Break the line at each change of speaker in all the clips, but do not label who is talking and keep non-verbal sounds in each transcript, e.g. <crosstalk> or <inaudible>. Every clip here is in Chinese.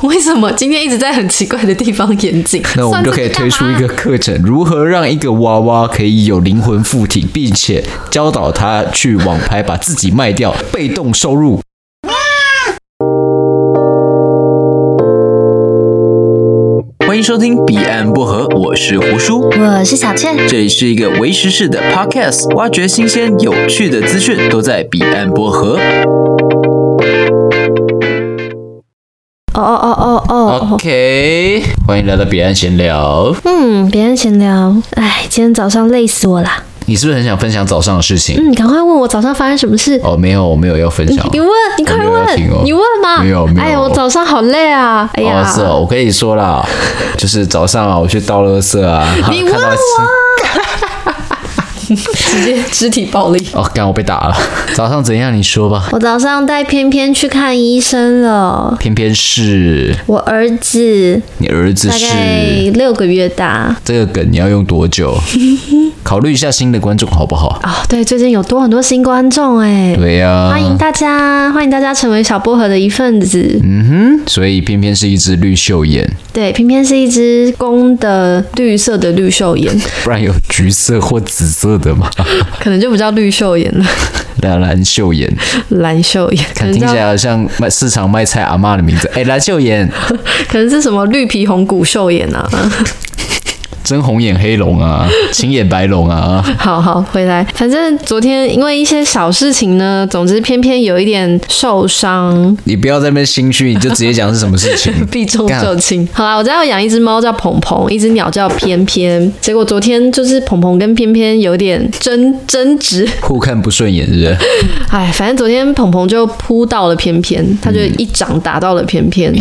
<laughs> 为什么今天一直在很奇怪的地方演 <laughs> 讲？
那我们就可以推出一个课程，如何让一个娃娃可以有灵魂附体，并且教导他去网拍，把自己卖掉，被动收入。
欢迎收听《彼岸薄荷》，我是胡叔，
我是小倩，
这里是一个为时事的 podcast，挖掘新鲜有趣的资讯，都在《彼岸薄荷》。
哦哦哦哦哦，
OK，欢迎来到彼岸闲聊。
嗯，别人闲聊，哎，今天早上累死我啦。
你是不是很想分享早上的事情？
嗯，赶快问我早上发生什么事。
哦，没有，我没有要分享。
你问，你快
我没有要听
问，
哦
你问吗？
没有没有
哎呀，我早上好累啊！哎呀，
哦，是哦，我跟你说啦，
<laughs>
就是早上啊，我去倒垃圾啊，
你
看到
问
直接肢体暴力。
哦，刚我被打了。早上怎样？你说吧。
我早上带偏偏去看医生了。
偏偏是
我儿子
你儿子
大概
是
六个月大
这个梗，你要用多
<laughs>
久？考虑一下新的观众好不好？
哦，对，最近有多很多新观众哎，
对啊呀、
欢迎大家，欢迎大家成为小薄荷的一份子。
嗯哼，所以偏偏是一只绿袖眼，
对，偏偏是一只公的
绿色的绿袖眼，
不然有橘色或紫色的
<laughs>
吗？
可能就不叫绿袖眼了，
蓝蓝袖眼，
蓝袖眼，可
看
能
听
叫
起来好像卖市场卖菜阿嬷的名字。哎，蓝袖眼，
可能是什么绿皮红骨袖眼啊。
真红眼黑龙啊，青眼白龙啊。
好好回来，反正昨天因为一些小事情呢，总之偏偏有一点受伤，
你不要在那边心虚，你就直接讲是什么事情。 <laughs>
避重
干
就轻。好啦，我家有养一只猫叫鹏鹏，一只鸟叫翩翩。结果昨天就是鹏鹏跟翩翩有点争争执，
互看不顺眼，是不是？
哎，反正昨天鹏鹏就扑到了翩翩，他就一掌打到了翩翩。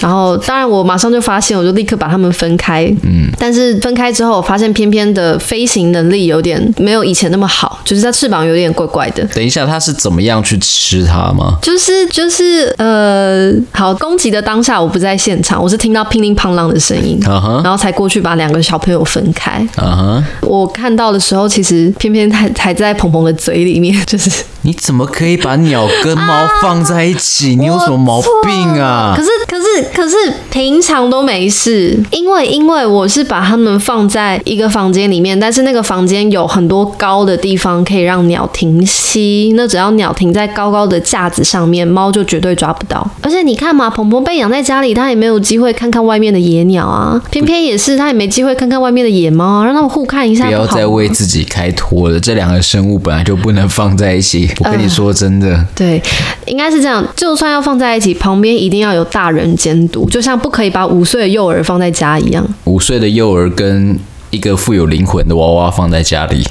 然后，当然我马上就发现，我就立刻把它们分开。嗯，但是分开之后，我发现翩翩的飞行能力有点没有以前那么好，就是它翅膀有点怪怪的。
等一下，他是怎么样去吃它吗？
就是就是呃，好，攻击的当下我不在现场，我是听到乒铃乓啷的声音，
啊哈，
然后才过去把两个小朋友分开。
啊哈，
我看到的时候，其实偏偏还还在鹏鹏的嘴里面， <laughs> 就是
你怎么可以把鸟跟猫放在一起？你有什么毛病啊
可？是可是可是平常都没事，
因为因为我是把它们放在一个房间里面，但是那个房间有很多高的地方可以让鸟停息，那只要鸟停在高高的架子上面，猫就绝对抓不到。
而且你看嘛，鹏鹏被养在家里，他也没有机会看看外面的野鸟啊。偏偏也是，他也没机会看看外面的野猫啊，让他们互看一下
不要
好吗
再为自己开脱了，这两个生物本来就不能放在一起。我跟你说真的，
对，
应该是这样，
就算要放在一起，旁边一定要有大人监督，就像不可以把五岁的幼儿放在家一样。
五岁的幼儿跟一个富有灵魂的娃娃放在家 <laughs> 里，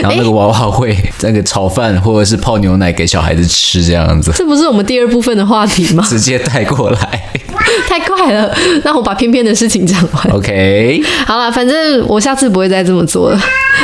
然后那个娃娃会那个炒饭或者是泡牛奶给小孩子吃，这样子
这不是我们第二部分的话题吗？
直接带过来。
<laughs>
<laughs>
太快了，让我把偏偏的事情讲完。
OK，
好了，反正我下次不会再这么做了。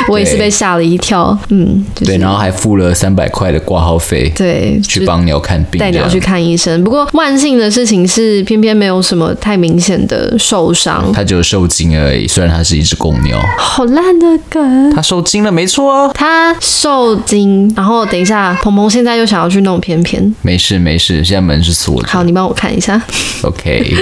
我也是被吓了一跳，嗯，就是
对，然后还付了三百块的挂号费。
对，
去
就是
帮鸟看病，
带鸟去看医生。不过万幸的事情是，偏偏没有什么太明显的受伤。
它只有受精而已。虽然它是一只公鸟，
好烂的梗。
它受精了，没错啊。
他受惊，然后等一下，鹏鹏现在又想要去弄偏偏。
没事没事，现在门是锁着。
好，你帮我看一下。
OK，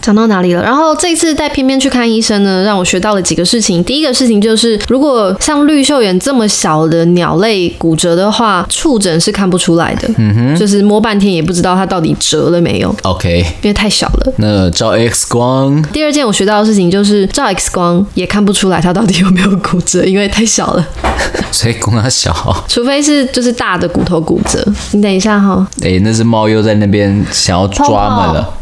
讲到哪里了？然后这次带偏偏去看医生呢，让我学到了几个事情。第一个事情就是，如果像绿袖眼这么小的鸟类骨折的话，触诊是看不出来的，就是摸半天也不知道它到底折了没有，
OK，
因为太小了。
那照 X 光，
第二件我学到的事情就是，照 X 光也看不出来它到底有没有骨折，因为太小了，
所以公它啊小。
除非是就是大的骨头骨折。你等一下哈、
哎、那只猫又在那边想要抓们了，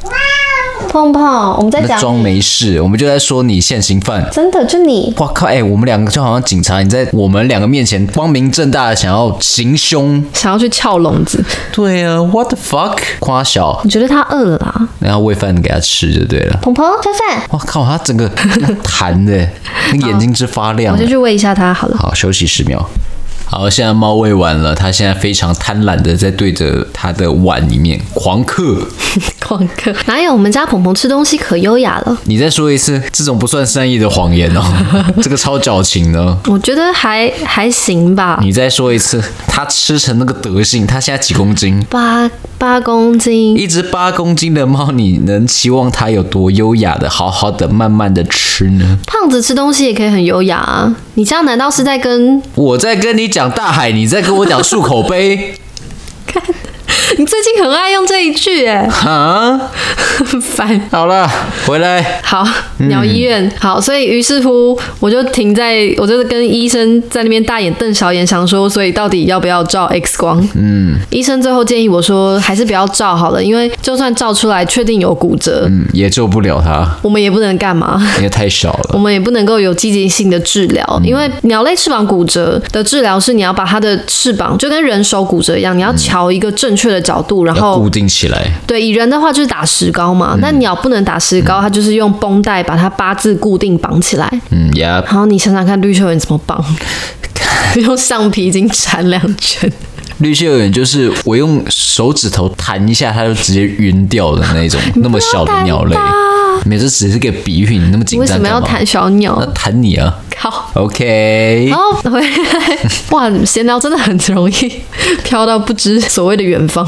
碰碰，我们在
那
讲，
装没事，我们就在说你现行犯。
真的就你，
哇靠！哎、我们两个就好像警察，你在我们两个面前光明正大的想要行凶。
想要去撬笼子，
对啊，What the fuck？夸小，
你觉得他饿了啦？
然后喂饭给它吃就对了。
鹏鹏，吃饭。
我靠，他整个 <laughs> 弹的，那眼睛直发亮
我
欸
先。去喂一下它好了。
好，休息十秒。好，现在猫喂完了，它现在非常贪婪的在对着它的碗里面狂嗑。
旷课。
哪有我们家鹏鹏吃东西可优雅了？
你再说一次，这种不算善意的谎言哦，这个超矫情的。
我觉得还还行吧，
你再说一次，他吃成那个德性，他现在几公斤？
八八公斤。
一只八公斤的猫，你能期望它有多优雅的好好的慢慢的吃呢？
胖子吃东西也可以很优雅啊，你这样难道是在跟？
我在跟你讲大海，你在跟我讲漱口杯
<laughs> 你最近很爱用这一句哎、
啊！
很 <laughs> 烦。
好了，回来，
好，鸟医院、好，所以于是乎我就停在，我就跟医生在那边大眼瞪小眼，想说，所以到底要不要照 X 光？嗯，医生最后建议我说，还是不要照好了，因为就算照出来确定有骨折，
嗯，也救不了它，
我们也不能干嘛。
因为太小了
我。们也不能够有积极性的治疗，
嗯
因为鸟类翅膀骨折的治疗是你要把它的翅膀就跟人手骨折一样，你要瞧一个正确的角度，然
嗯要
后
固嗯定起来，
对，以人的话就是打石膏嘛，那鸟不能打石膏，它就是用绷带把它八字固定绑起来。
嗯呀，
然后你想想看，绿袖人怎么绑？ <laughs> 用橡皮筋缠两圈，
绿蟹有点就是我用手指头弹一下，它就直接晕掉的那种，
<laughs>
那么小的鸟类，没有，这只是个比喻，你那么紧
啊为
张
什
干
么
嘛？
要弹小
那
鸟？
弹你啊
靠！
，OK，
然后
<laughs>
回来，哇，闲聊真的很容易 <laughs> 飘到不知所谓的远方，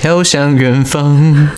飘向远方，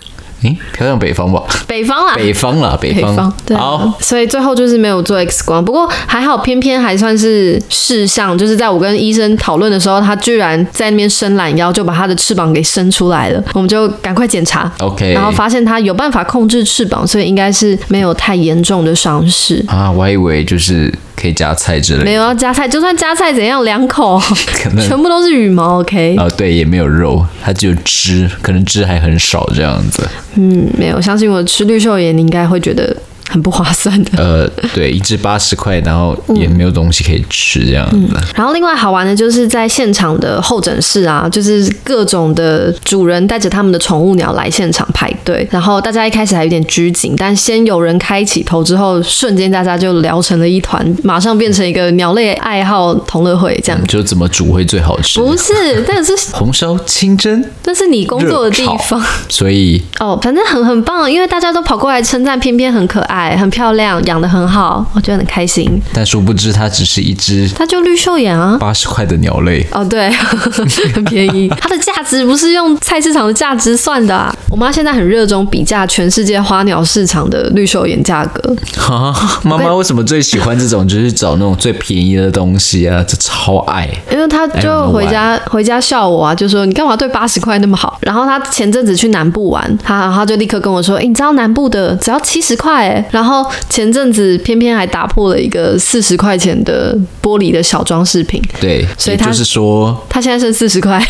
诶，飘向北方吧，
北方啦，
北方啦，北方，
啊对、啊
好，，
所以最后就是没有做 X 光，不过还好，偏偏还算是事项，就是在我跟医生讨论的时候，他居然在那边伸懒腰，就把他的翅膀给伸出来了，我们就赶快检查
OK
然后发现他有办法控制翅膀，所以应该是没有太严重的伤势。
啊，我还以为就是可以加菜之类的，
没有要加菜，就算加菜怎样，两
<laughs>
口
可能
全部都是羽毛，OK？、
啊，对，也没有肉，它只有汁，可能汁还很少这样 <laughs> 子。
嗯，没有，相信我吃绿袖眼，你应该会觉得很不划算的。
呃，对，一只八十块，然后也没有东西可以吃这样子。
然后另外好玩的就是在现场的候诊室啊，就是各种的主人带着他们的宠物鸟来现场排队，然后大家一开始还有点拘谨，但先有人开启头之后，瞬间大家就聊成了一团，马上变成一个鸟类爱好同乐会这样。
就怎么煮会最好吃？
不是，那是
红烧清蒸，
那是你工作的地方
所以
哦，反正很很棒，因为大家都跑过来称赞偏偏很可爱、很漂亮、养得很好，我觉得很开心。
但殊不知它只是一只
它就绿袖眼啊，
八十块的鸟 <laughs> 类。
哦，对， <laughs> 很便
<laughs>
宜。它的价值不是用菜市场的价值算的、啊。我妈现在很热衷比价全世界花鸟市场的绿袖眼价格，
啊，妈妈为什么最喜欢这种？就是找那种最便宜的东西啊，这超爱。
因为她
I don't
就
know
回家回家笑我啊，就说你干嘛对八十块那么好？然后她前阵子去南部玩，她然后她就立刻跟我说，哎、你知道南部的只要七十块欸。然后前阵子偏偏还打破了一个四十块钱的玻璃的小装饰品，
对，
所
也
以它
就是说，
她现在剩四十块。 <laughs>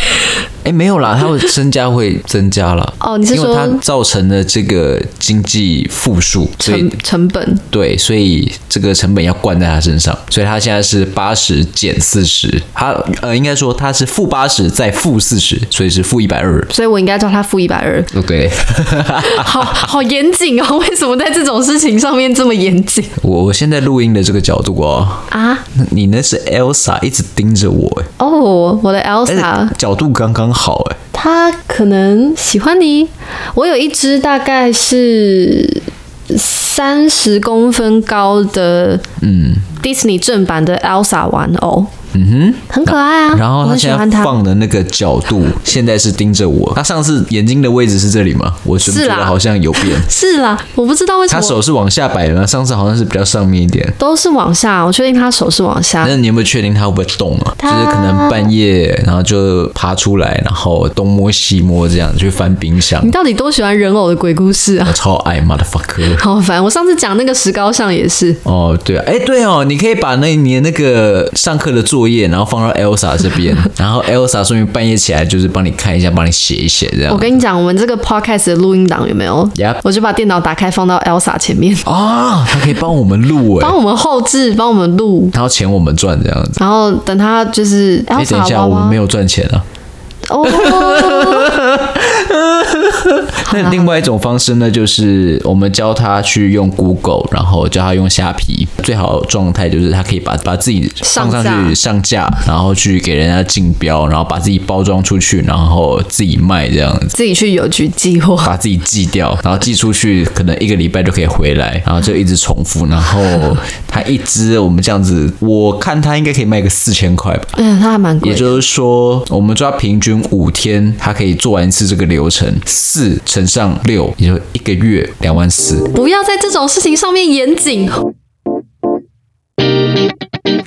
哎，没有啦，它的身家会增加了。
<laughs> 哦你是
因为
说
它造成了这个经济负数，所以
成成本
对，所以这个成本要灌在他身上，所以他现在是八十减四十，他呃应该说他是负八十再负四十，所以是负一百二。
所以我应该叫他付一百二。
对，
好好严谨哦，为什么在这种事情上面这么严谨
<laughs> 我我现在录音的这个角度哦，
啊？
那你那是 Elsa 一直盯着我，
哦，我的
哎，
Elsa，
而且角度刚刚好，哎，
她可能喜欢你。我有一只大概是三十公分高的，嗯，Disney 正版的 Elsa 玩偶，
哼，
嗯很可爱啊。
然后
我
他
很喜
现
欢
在
它。
放的那个角度现在是盯着我，他上次眼睛的位置是这里吗？我怎么
是
觉
啦
得好像有变？
是啦，我不知道为什
他
么
手是往下摆的吗，上次好像是比较上面一点。
都是往下，我确定他手是往下。
那你有没有确定它会不会动啊？就是可能半夜，然后就爬出来，然后东摸西摸这样去翻冰箱
你。到底多喜欢人偶的鬼故事啊 <laughs>
我？超爱 motherfucker。
好烦！我上次讲那个石膏像也是，
哦，对啊，哎，对哦，你可以把那你的那个上课的作业，然后放到 Elsa 这边，然后 Elsa 顺便半夜起来就是帮你看一下，帮你写一写这
我
样。
跟你讲，我们这个 podcast 的录音档有没有
Yep
我就把电脑打开放到 Elsa 前面，
啊，他可以帮我们录哎
帮，我们后置，帮我们录，
然后钱我们赚这样子。
然后等他就是
哎，等一
Elsa
下，
娃
我们
娃
没有赚钱啊！
哦，
<laughs> 那另外一种方式呢，就是我们教他去用 Google，然后教他用虾皮。最好的状态就是他可以把把自己放上去上架，然后去给人家竞标，然后把自己包装出去，然后自己卖这样子，
<laughs> 自己去邮局寄货。
把自己寄掉，然后寄出去，可能一个礼拜就可以回来，然后就一直重复。然后他一只我们这样子，我看他应该可以卖个四千块吧。
嗯，它还蛮贵
也
的。
就是说，我们抓平均五天，他可以做完一次这个流程，四乘上六，也就一个月两万四。
不要在这种事情上面严谨。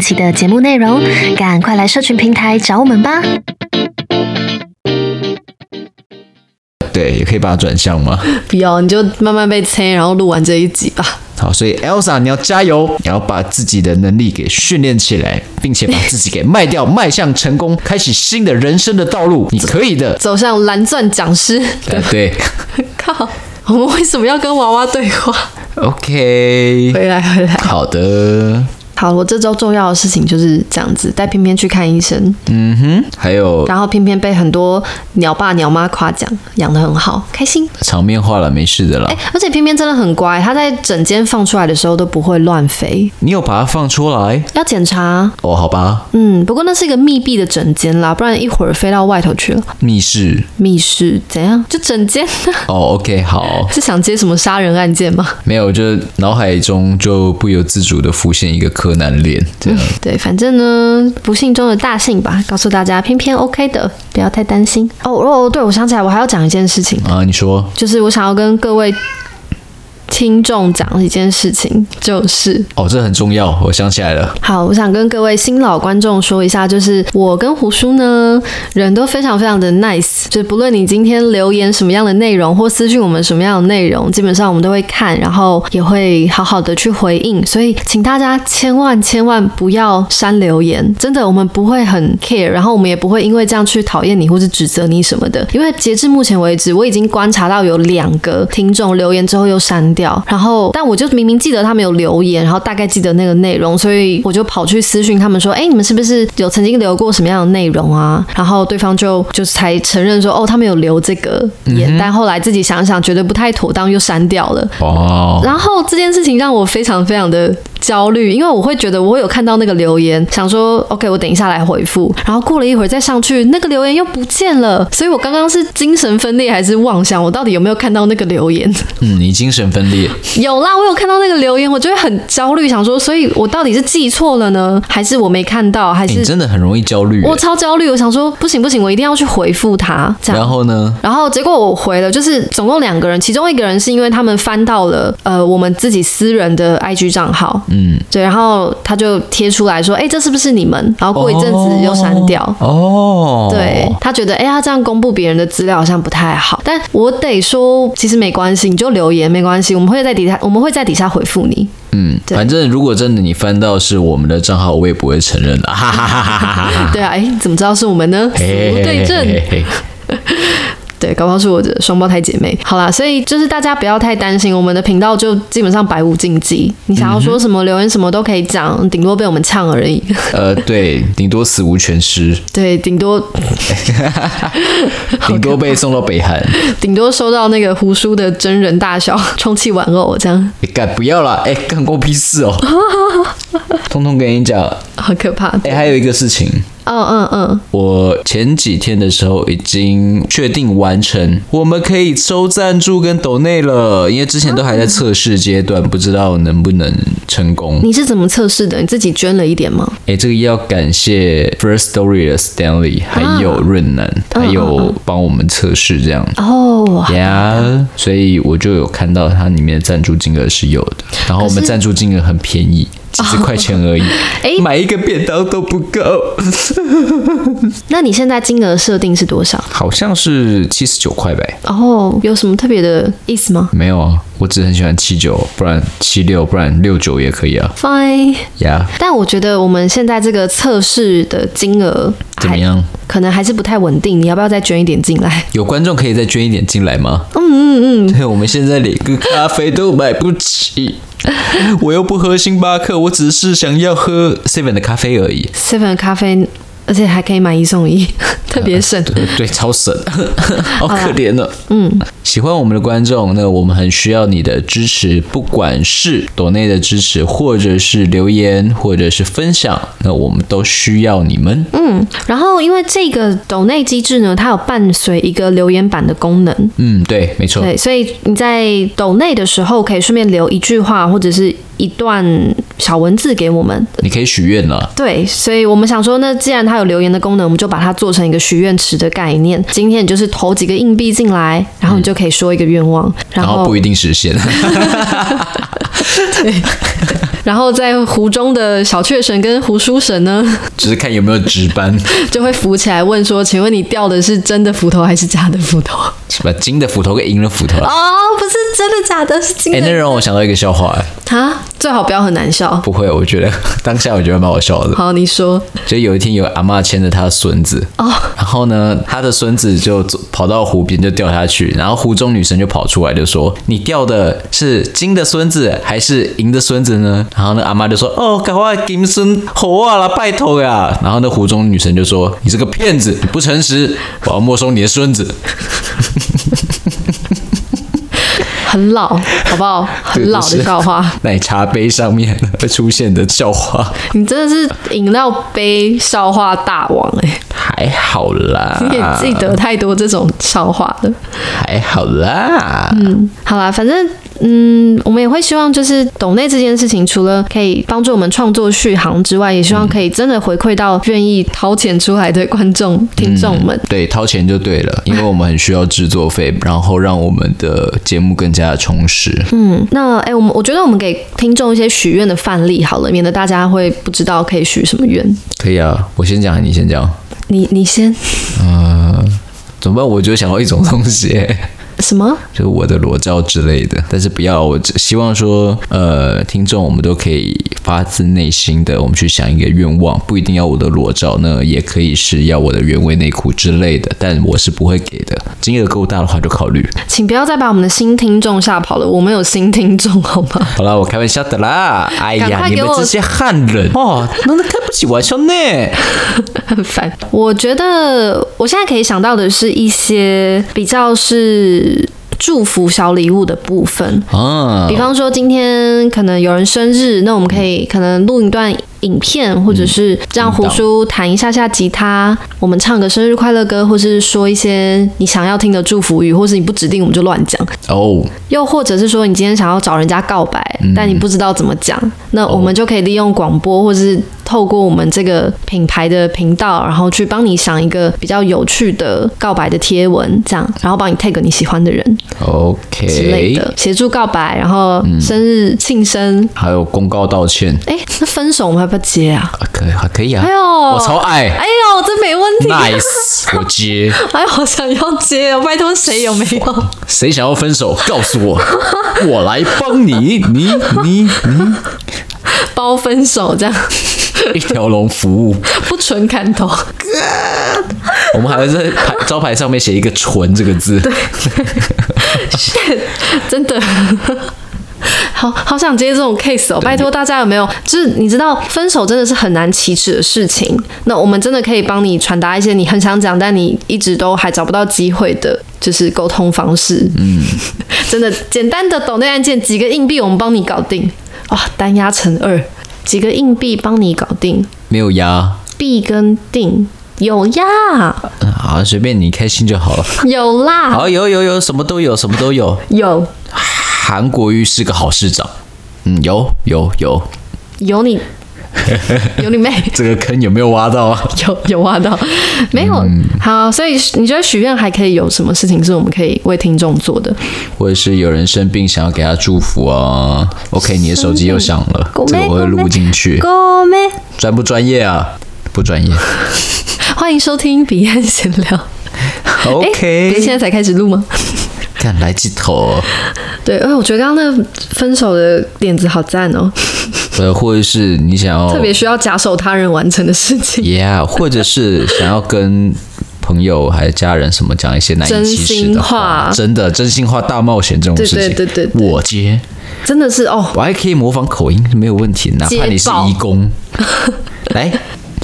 期的节目内容。赶快来社群平台找我们吧！
对，也可以把它转向嘛。
不要，你就慢慢被催，然后录完这一集吧。
好，所以 Elsa，你要加油，你要把自己的能力给训练起来，并且把自己给卖掉，迈向成功，开启新的人生的道路，你可以
<laughs>
的。
走向蓝钻讲师，
哎对
靠！我们为什么要跟娃娃对
<laughs>
话？
，OK，
回来，回来。
好的，
好，我这周重要的事情就是这样子，带偏偏去看医生，
嗯还有
然后偏偏被很多鸟爸鸟妈夸奖，养得很好，开心。
场面化了，没事的啦。
哎、而且偏偏真的很乖，它在整间放出来的时候都不会乱飞，
你有把它放出来
要检查。
哦？好吧，
嗯，不过那是一个密闭的整间啦，不然一会儿飞到外头去了。
密室
密室怎样？就整间 <laughs>
哦，OK，好。
是想接什么杀人案件吗？
没有，就脑海中就不由自主的浮现一个柯南脸，这样。
对，反正呢，不幸中的大幸吧，告诉大家，偏偏 OK 的，不要太担心。哦哦，对，我想起来，我还要讲一件事情，
啊，你说
就是我想要跟各位听众讲一件事情，就是
哦，这很重要，我想起来了，
好，我想跟各位新老观众说一下，就是我跟胡叔呢，人都非常非常的 nice，就是不论你今天留言什么样的内容，或私讯我们什么样的内容，基本上我们都会看，然后也会好好的去回应。所以，请大家千万千万不要删留言，真的，我们不会很 care，然后我们也不会因为这样去讨厌你或是指责你什么的。因为截至目前为止，我已经观察到有两个听众留言之后又删掉，然后但我就明明记得他们有留言，然后大概记得那个内容，所以我就跑去私讯他们说：“哎、你们是不是有曾经留过什么样的内容啊？”然后对方就就才承认说：“哦，他们有留这个言，但后来自己想想觉得不太妥当，又删掉了。”
哦，
然后这件事情让我非常非常的焦虑，因为我会觉得我有看到那个留言，想说 OK，我等一下来回复。然后过了一会儿再上去，那个留言又不见了，所以我刚刚是精神分裂还是妄想？我到底有没有看到那个留言？ <laughs>
嗯，你精神分裂，
有啦，我有看到那个留言，我就会很焦虑，想说，所以我到底是记错了呢，还是我没看到，还
你
是？
真的很容易焦虑。
我
欸
超焦虑，我想说不行不行，我一定要去回复他。这样，
然后呢？
然后结果我回了，就是总共两个人，其中一个人是因为他们翻到了呃我们自己私人的 IG 账号，
嗯，
对，然后他就贴出来说，哎，这是不是你们？然后过一阵子又删掉。
哦，
对他觉得，哎、他这样公布别人的资料好像不太好，但我得说，其实没关系，你就留言没关系，我们会在底下，我们会在底下回复你。
嗯，
对
反正如果真的你翻到是我们的账号，我也不会承认的，哈哈哈哈哈哈。
对啊，哎、你怎么知道是我们呢？死无对证。
嘿嘿嘿嘿
对，搞不好是我的双胞胎姐妹。好啦，所以就是大家不要太担心，我们的频道就基本上百无禁忌，你想要说什么留言什么都可以讲，顶多被我们呛而已。 <laughs>
呃，对，顶多死无全尸，
对，顶多
顶多被送到北韩。
顶多收到那个胡叔的真人大小 <laughs> 充气玩偶这样，
欸干、不要啦，哎、干关我屁事
<laughs>
哦。通通跟你讲，
好可怕。
哎、还有一个事情，
嗯嗯嗯，
我前几天的时候已经确定完成，我们可以收赞助跟抖内了，因为之前都还在测试阶段，不知道能不能成功。
你是怎么测试的？你自己捐了一点吗？
哎、这个要感谢 First Story 的 Stanley，还有润南，还有帮我们测试这样。
哦，
呀，所以我就有看到它里面的赞助金额是有的，然后我们赞助金额很便宜，几十块钱而已，
诶
买一个便当都不够，
那你现在金额设定是多少？
好像是七十九块呗。
然后哦有什么特别的意思吗
没有啊，我只是很喜欢七九，不然七六，不然六九也可以啊。
？Fine。
呀、
但我觉得我们现在这个测试的金额
怎么
还
样？
可能还是不太稳定，你要不要再捐一点进 <laughs> 来？
有观众可以再捐一点进来吗？嗯嗯嗯，对，我们现在连个咖啡都买不起，我又不喝星巴克，我只是想要喝 Seven 的咖啡而 <laughs> 已。
Seven 的咖啡，而且还可以买一送 <laughs> 一，特别省。
对对，超省， <laughs> 好可怜呢。嗯，喜欢我们的观众，那我们很需要你的支持，不管是抖内的支持，或者是留言，或者是分享，那我们都需要你们。
嗯，然后因为这个抖内机制呢，它有伴随一个留言板的功能，
嗯，对，没错。
对，所以你在抖内的时候，可以顺便留一句话或者是一段小文字给我们。
你可以许愿啊了，
对，所以我们想说，那既然它有留言的功能，我们就把它做成一个许愿池的概念。今天你就是投几个硬币进来，然后你就可以说一个愿望，然
然后
后
不一定实现。 <laughs>
<laughs> 然后在湖中的小雀神跟胡叔神呢，
只是看有没有值班，
就会浮起来问说：“请问你掉的是真的斧头还是假的斧头？”
什么金的斧头跟银的斧头啊？
哦，不是真的假的，是金
哎、
的
那让我想到一个笑话、哎
啊！最好不要很难笑。
不会，我觉得 <laughs> 当下我觉得蛮好笑的。
好，你说
就有一天有阿嬷牵着她的孙子，然后呢，她的孙子就走跑到湖边就掉下去，然后湖中女神就跑出来就说：“你掉的是金的孙子还是银的孙子呢？”然后呢，阿嬷就说：“哦，赶快金孙猴啊啦，拜托呀！”然后那湖中女神就说：“你是个骗子，你不诚实，我要没收你的孙子。”
很老，好不好？很老的笑话，，
<laughs> 奶茶杯上面会出现的笑话，
你真的是饮料杯笑话大王哎、
还好啦，
你也记得太多这种笑话了。
还好啦，
好啦，反正嗯，我们也会希望就是抖内这件事情，除了可以帮助我们创作续航之外，也希望可以真的回馈到愿意掏钱出来的观众、听众们。
对，掏钱就对了，因为我们很需要制作费，然后让我们的节目更加的充实。
嗯，那哎、我们我觉得我们给听众一些许愿的范例好了，免得大家会不知道可以许什么愿。
可以啊，我先讲，你先讲，
你你先
嗯。怎么办？我就想到一种东西，
什么？
就是我的裸照之类的，但是不要，我只希望说，呃，听众我们都可以发自内心的，我们去想一个愿望，不一定要我的裸照，那也可以是要我的原味内裤之类的，但我是不会给的，金额够大的话就考虑。
请不要再把我们的新听众吓跑了，我们有新听众好吗？
好啦，我开玩笑的啦，哎
赶
呀，
快
你
给
们
我
这些汉人哦，那那开不起玩笑呢。
很烦。我觉得我现在可以想到的是一些比较是祝福小礼物的部分。
啊
比，方说，今天可能有人生日，那我们可以可能录一段影片，或者是让胡叔弹一下下吉他，我们唱个生日快乐歌，或是说一些你想要听的祝福语，或是你不指定我们就乱讲。
哦，
又或者是说，你今天想要找人家告白，但你不知道怎么讲，那我们就可以利用广播，或是透过我们这个品牌的频道，然后去帮你想一个比较有趣的告白的贴文，这样，然后帮你 tag 你喜欢的人之类
哦 OK，
的，协助告白，然后生日庆生。
还有公告道歉，
哎、那分手我们还不接啊？
啊可以，还可以啊。
哎呦
我超爱
哎呦，这没问题。
，nice，我接。
<laughs> 哎呦，我想要接哦，拜托谁有没 <laughs> 有？
谁想要分手，告诉我， <laughs> 我来帮你，你你你
包分手这样，
一条龙服务。
不纯砍头。
我们还要在牌招牌上面写一个“纯”这个字。
真的。 <laughs> 好好想接这种 case 哦！拜托大家有没有？就是你知道，分手真的是很难启齿的事情。那我们真的可以帮你传达一些你很想讲，但你一直都还找不到机会的，就是沟通方式。嗯， <laughs> 真的简单的抖内按键，几个硬币我们帮你搞定。哇，单压乘二，几个硬币帮你搞定，
没有呀，
币跟定有呀，
嗯好，随便你开心就好了。
有啦，
好，有有有，什么都有，什么都有。
有
韩国瑜是个好市长。嗯，有有有，
有你有你妹！
这个坑有没有挖到啊？
<laughs> 有有挖到，没有、
嗯
好，所以你觉得许愿还可以有什么事情是我们可以为听众做的？
或者是有人生病想要给他祝福啊？OK，你的手机又响了，这个我会录进去。
哥妹，
专不专业啊？不专业。
欢迎收听彼岸闲聊。诶
OK，
现在才开始录吗？
看来鸡头，
对，哎，我觉得刚刚那分手的点子好赞哦，
呃，或者是你想要
<laughs> 特别需要假手他人完成的事情。
Yeah，或者是想要跟朋友还有家人什么讲一些难以启齿的话，
真心话
真的真心话大冒险这种事情，
对对对对对
我接，
真的是哦，
我还可以模仿口音，没有问题，哪怕你是
接爆
义
<laughs>
工，来，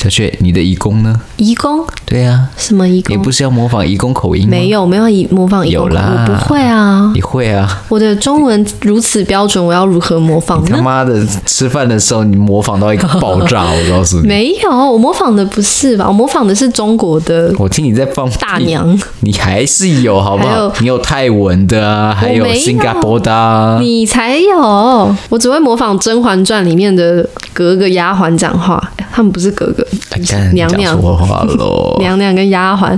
小雀，你的义工呢？
移工
对呀、
什么移工？
你不是要模仿义工口音吗？
没，有没有以模仿移工，
有啦
我不会啊。
你会啊。
我的中文如此标准，我要如何模仿
他
呢？
妈的，吃饭的时候你模仿到一个爆炸，我告诉你。
没有，我模仿的不是吧？我模仿的是中国的
我听你在放屁
大娘。
你还是有好不
还
好
有？
你有泰文的啊，还
我没有
新加坡的啊。
你才有，我只会模仿《甄嬛传》里面的格格丫鬟讲话，他们不是格格
哎干，
娘
讲
娘
错话喽！
<laughs> 娘娘跟丫鬟，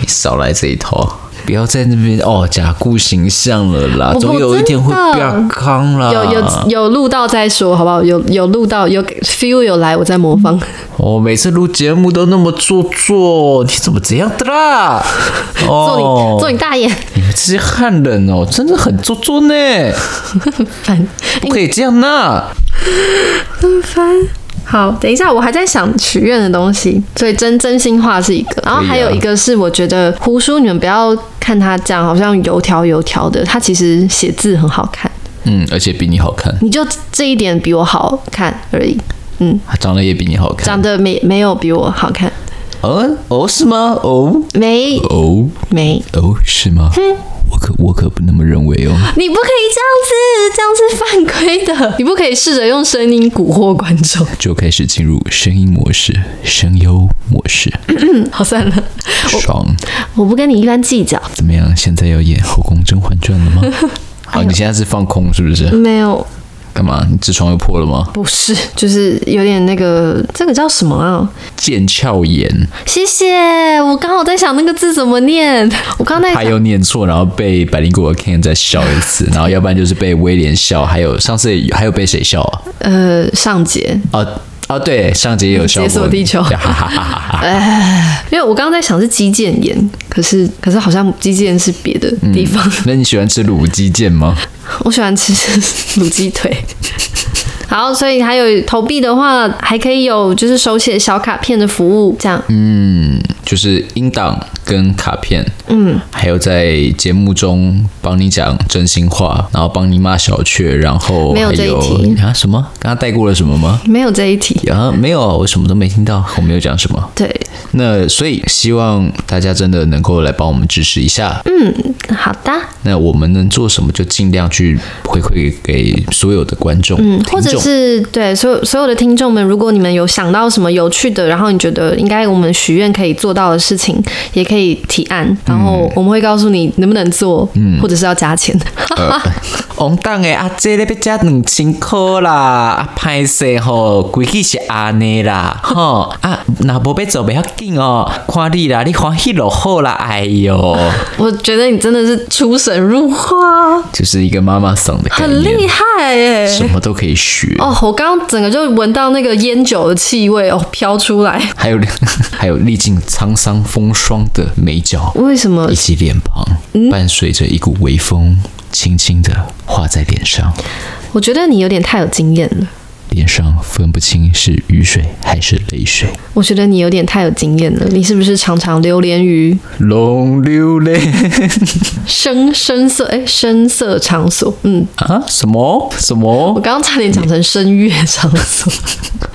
你少来这一套，不要在那边哦假顾形象了啦，
我
总有一天会
我真的
变康啦。
有有有录到再说，好不好？有有录到有 feel 有来，我再模仿。
我、每次录节目都那么做作，你怎么这样的啦？
<laughs> 做你、
哦，
做你大爷，
你们这些汉人哦，真的很做作
<laughs>
呢，
烦
不可以这样呐。
烦。 <laughs> 好，等一下，我还在想许愿的东西，所以真真心话是一个，然后
可以啊
还有一个是我觉得胡叔，你们不要看他这样，好像油条油条的，他其实写字很好看，
嗯，而且比你好看，
你就这一点比我好看而已。嗯，
长得也比你好看。
长得没没有比我好看，
嗯哦是吗？哦
没
哦
没，
哦是吗？我可我可不那么认为哦。
你不可以这样子，这样是犯规的，你不可以试着用声音蛊惑观众。 <laughs>
就开始进入声音模式、声优模式，
好，算了，哦
爽！
我不跟你一般计较。
怎么样？现在要演《后宫甄嬛传》
<laughs>
了吗？
哎
好，你现在是放空是不是？
没有，
干嘛？你痔疮又破了吗？
不是，就是有点那个，这个叫什么啊？
腱鞘炎，
谢谢，我刚好在想那个字怎么念，我刚在
他又念错，然后被百灵果的 Ken 再笑一
<laughs>
次，然后要不然就是被威廉笑，还有上次还有被谁笑啊？
呃上节，
啊啊，对，上集也有笑过你。
解锁地球
哈哈哈哈哈
因为我刚刚在想是肌腱炎，可是可是好像肌腱炎是别的地方。
<laughs> 那你喜欢吃卤鸡腱吗？
我喜欢吃卤鸡腿。 <laughs> 好，所以还有投币的话，还可以有就是手写小卡片的服务，这样。
就是音档跟卡片，嗯，还有在节目中帮你讲真心话，然后帮你骂小雀，然后
没有
还
这一
有
题嗯
啊什么？刚刚带过了什么吗？
没有这一题。
啊，没有，我什么都没听到，我没有讲什么。
对，
那所以希望大家真的能够来帮我们支持一下。嗯，
好的，
那我们能做什么就尽量去回馈给所有的观众，嗯
或者是对所有所有的听众们，如果你们有想到什么有趣的，然后你觉得应该我们许愿可以做到的事情，也可以提案，然后我们会告诉你能不能做，或者是要加钱。 <laughs>
红蛋诶，阿姐啊咧要加两千块啦，啊歹势吼，规矩是安尼啦，吼啊，若无要做袂要紧哦，看你啦，你欢喜就好啦，哎哟，
我觉得你真的是出神入化，
就是一个妈妈桑的概
很厉
念，
害耶、
什么都可以学。
哦，我刚刚整个就闻到那个烟酒的气味哦，飘出来。
还有 <laughs> 还有历尽沧桑风霜的眉角，
为什么
以？及脸庞，
嗯
伴随着一股微风，轻轻的画在脸上，
我觉得你有点太有经验了。
脸上分不清是雨水还是泪水。
我觉得你有点太有经验了。你是不是常常流连于
龙流泪。
声声色？哎，声色场所。嗯，
啊？什么什
我
么？
刚刚差点讲成声乐场所。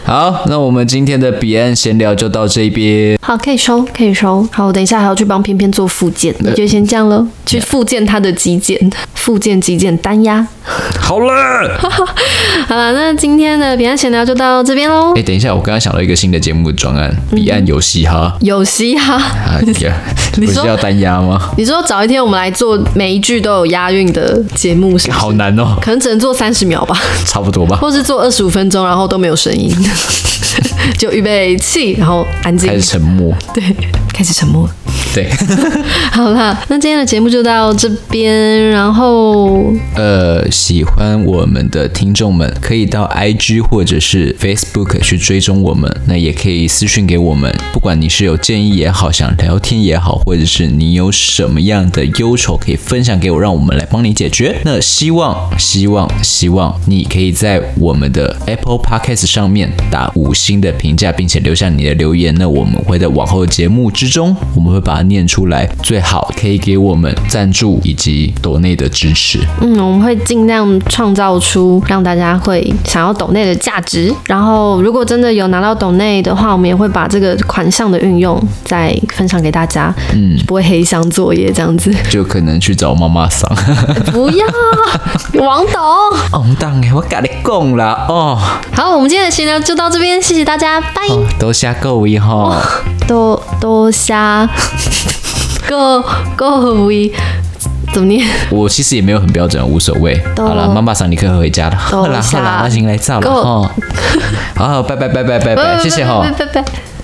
好，那我们今天的彼岸闲聊就到这边。
<laughs> 好，可以收，可以收。好，我等一下还要去帮偏偏做 <laughs> 复健，你就先这样喽，去复健他的肌腱，复健肌腱单压。
好了，
好了，那今天的彼岸闲聊就到这边喽
哎、。等一下，我刚刚想到一个新的节目专案，彼岸游戏 <laughs> 哈。
有嘻哈，
啊，第二
你
不是
说
要单押吗？
你说早一天我们来做每一句都有押韵的节目是不是
好难哦，
可能只能做三十秒吧，
差不多吧。
或是做二十五分钟，然后都没有声音， <laughs> 就预备起，然后安静
开，始沉默，
对，开始沉默。
对，
好啦，那今天的节目就到这边，然后
呃，喜欢我们的听众们可以到 IG 或者是 Facebook 去追踪我们，那也可以私讯给我们。不管你是有建议也好，想聊天也好，或者是你有什么样的忧愁可以分享给我，让我们来帮你解决。那希望，希望，希望你可以在我们的 Apple Podcast 上面打五星的评价，并且留下你的留言。那我们会在往后的节目之中，我们会把它念出来。最好可以给我们赞助以及抖内的支持。
嗯，我们会尽量创造出让大家会想要抖内的价值。然后，如果真的有拿到抖内的话，我们也会把这个款项的运用再分享给大家，嗯，不会黑箱作业这 <laughs> 样子。
就可能去找妈妈桑。 <laughs>
不 <laughs> 要，王董。
昂当哎，我跟你讲啦，哦，
好，我们今天的闲聊就到这边，谢谢大家，拜。
哦都下够一哈，
多多虾， <laughs> 各各位怎么念？
我其实也没有很标准，无所谓。
都
好了，妈妈桑你可以回家了。
都
好啦好
下
啦，阿行来照了
够 <laughs>
哦。好好，拜拜拜拜拜拜，谢谢哈。
呃拜拜拜拜。